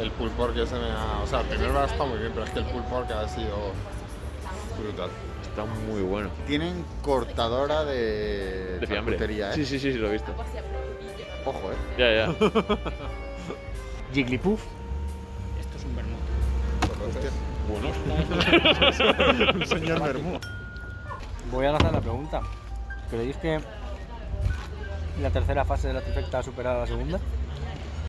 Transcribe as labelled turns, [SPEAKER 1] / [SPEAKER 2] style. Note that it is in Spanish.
[SPEAKER 1] el pulled pork ya se me ha... O sea, el primer bar está muy bien, pero es que el pulled pork ha sido brutal.
[SPEAKER 2] Está muy bueno.
[SPEAKER 1] Tienen cortadora de,
[SPEAKER 2] De fiambre.
[SPEAKER 1] charcutería, ¿eh?
[SPEAKER 2] Sí, sí, sí, sí, lo he visto.
[SPEAKER 1] Ojo, ¿eh?
[SPEAKER 2] Ya, ya.
[SPEAKER 3] Jigglypuff.
[SPEAKER 4] Esto es un vermut.
[SPEAKER 1] Hostia.
[SPEAKER 2] Bueno,
[SPEAKER 5] Un señor Bermú.
[SPEAKER 3] Voy a lanzar la pregunta. ¿Creéis que la tercera fase de la trifecta ha superado a la segunda?